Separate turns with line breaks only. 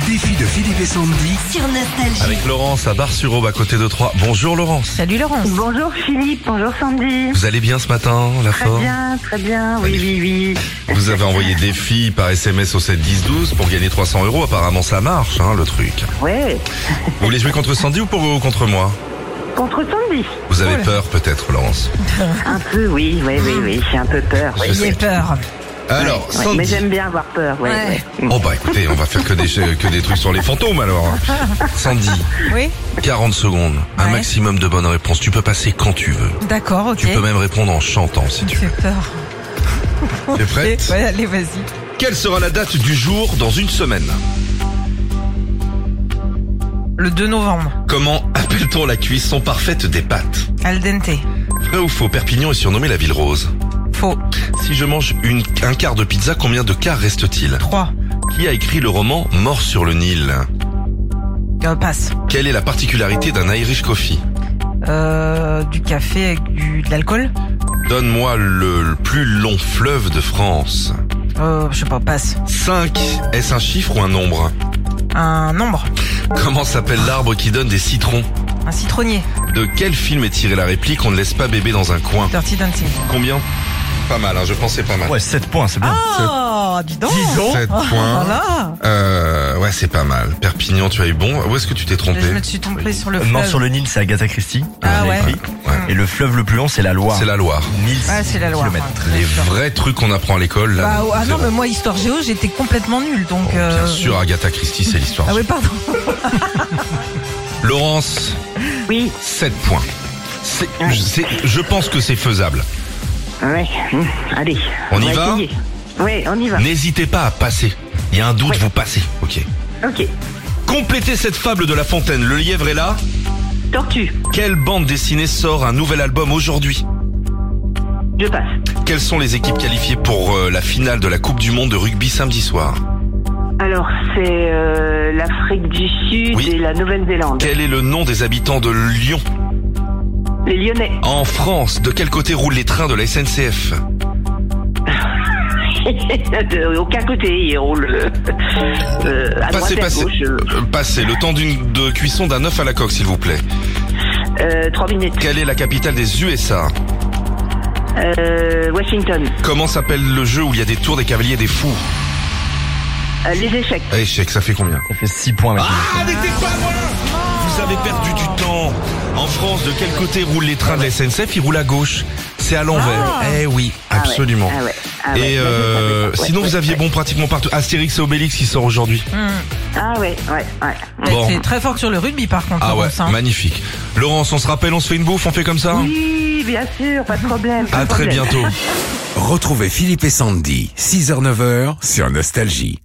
Philippe et Sandy.
sur Nostalgie.
Avec Laurence à Bar-sur-Aube à côté de Troyes. Bonjour Laurence.
Salut Laurence.
Bonjour Philippe, bonjour Sandy.
Vous allez bien ce matin, la
Très
forme
bien, très bien, oui, oui, oui.
Vous avez envoyé des filles par SMS au 7 10 12 pour gagner 300 euros. Apparemment ça marche, hein, le truc.
Ouais.
Vous voulez jouer contre Sandy ou pour ou contre moi
Contre Sandy
Vous avez peur peut-être, Laurence.
Un peu, oui, oui, oui, oui, j'ai un peu peur. oui.
Je
J'ai
sais.
peur.
Alors
Ouais,
Sandy.
mais j'aime bien avoir peur, ouais,
Ouais.
ouais.
Oh bah écoutez, on va faire que des que des trucs sur les fantômes alors. Sandy,
Oui,
40 secondes, un
Ouais.
maximum de bonnes réponses. Tu peux passer quand tu veux.
d'accord, ok.
Tu peux même répondre en chantant si tu
J'ai peur.
veux. T'es
Et-
prête
ouais, allez, vas-y.
Quelle sera la date du jour dans une semaine
Le 2 novembre,
Comment appelle-t-on la cuisson parfaite des pâtes
al dente.
Vrai ou faux, Perpignan est surnommée la ville rose.
Faux.
Si je mange une- un quart de pizza, combien de quarts reste-t-il
3.
Qui a écrit le roman Mort sur le Nil
Euh, passe.
Quelle est la particularité d'un Irish coffee
Euh, du café avec du, de l'alcool
Donne-moi le, le plus long fleuve de France.
euh, Je sais pas, passe.
5. Est-ce un chiffre ou un nombre
Un nombre.
Comment s'appelle l'arbre qui donne des citrons
Un citronnier.
De quel film est tirée la réplique On ne laisse pas bébé dans un coin
Dirty Dancing.
Combien Pas mal, hein, je pensais pas mal.
Ouais, 7 points, c'est bien.
Oh,
Ah,
dis donc.
Disons.
7
Oh,
points.
voilà.
Euh, ouais, c'est pas mal. Perpignan, tu as eu bon. Où est-ce que tu t'es trompé
Je me suis tombée sur le
Euh,
fleuve.
Mort sur le Nil, c'est Agatha Christie.
Ah
Elle a
ouais.
écrit.
Ouais.
Et le fleuve le plus long, c'est la Loire.
C'est la Loire.
1000
Ouais, Ah, c'est la Loire.
kilomètres.
ouais, très
Les
fort.
vrais trucs qu'on apprend à l'école, là.
Bah,
non,
oh, ah non,
zéro.
mais moi, histoire géo, j'étais complètement nulle, donc...
Bon, Oh, Bien
euh,
sûr, Agatha Christie, c'est l'histoire.
Ah oui, pardon.
Laurence,
Oui,
7 points. C'est- je- c'est- je pense que c'est faisable.
ouais. hum, Allez.
On y va
Oui, on y va.
N'hésitez pas à passer. Il y a un doute,
Oui.
vous passez. Ok.
Ok.
Complétez cette fable de La Fontaine. Le lièvre est là.
Tortue,
Quelle bande dessinée sort un nouvel album aujourd'hui
je passe.
Quelles sont les équipes qualifiées pour euh, la finale de la Coupe du Monde de rugby samedi soir
Alors, c'est euh, l'Afrique du Sud
Oui.
et la Nouvelle-Zélande.
Quel est le nom des habitants de Lyon
Les Lyonnais,
En France, de quel côté roulent les trains de la SNCF
de aucun côté, ils roulent euh, euh, à
Passez,
droite et à
passez.
gauche. euh,
Euh, Passez. Le temps d'une de cuisson d'un œuf à la coque, s'il vous plaît.
euh, Trois minutes.
Quelle est la capitale des USA
Euh, Washington,
Comment s'appelle le jeu où il y a des tours, des cavaliers, des fous Eh,
Euh, les échecs.
Échec, ça fait combien
Ça fait 6 points. maintenant.
Ah, n'était pas loin Vous avez perdu du temps. En France, de quel côté roulent les trains de la SNCF Ils roulent à gauche. C'est à l'envers. Eh oui, absolument.
Ah ouais. Ah ouais.
Et
Bah, je
euh,
savais pas. Ouais,
sinon, vous
ouais,
aviez
ouais.
bon pratiquement partout. Astérix et Obélix qui sort aujourd'hui.
Ah ouais, ouais, ouais.
Bon.
C'est très fort sur le rugby, par contre.
Ah ouais,
Laurence, hein.
magnifique. Laurence, on se rappelle, on se fait une bouffe, on fait comme ça
Oui, bien sûr, pas de problème. pas
À
de
Ah, très
problème.
bientôt.
Retrouvez Philippe et Sandy, 6h-9h sur Nostalgie.